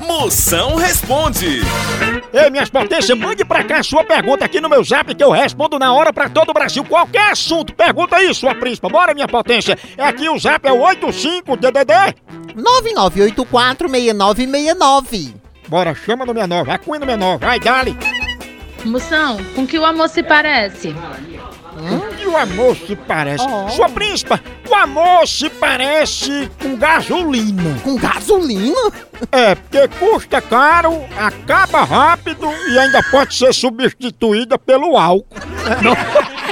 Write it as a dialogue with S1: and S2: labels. S1: Moção responde.
S2: Ei, minhas potências, mande pra cá a sua pergunta aqui no meu zap que eu respondo na hora pra todo o Brasil. Qualquer assunto, pergunta aí, sua príncipa. Bora, minha potência. É aqui o zap é o 85DDD.
S3: 99846969.
S2: Bora, chama no 69, acunha no 69, vai, dali.
S4: Moção, com que o amor se parece?
S2: O que o amor se parece?
S3: Oh.
S2: Sua príncipa, o amor se parece com gasolina.
S3: Com gasolina?
S2: É, porque custa caro, acaba rápido e ainda pode ser substituída pelo álcool.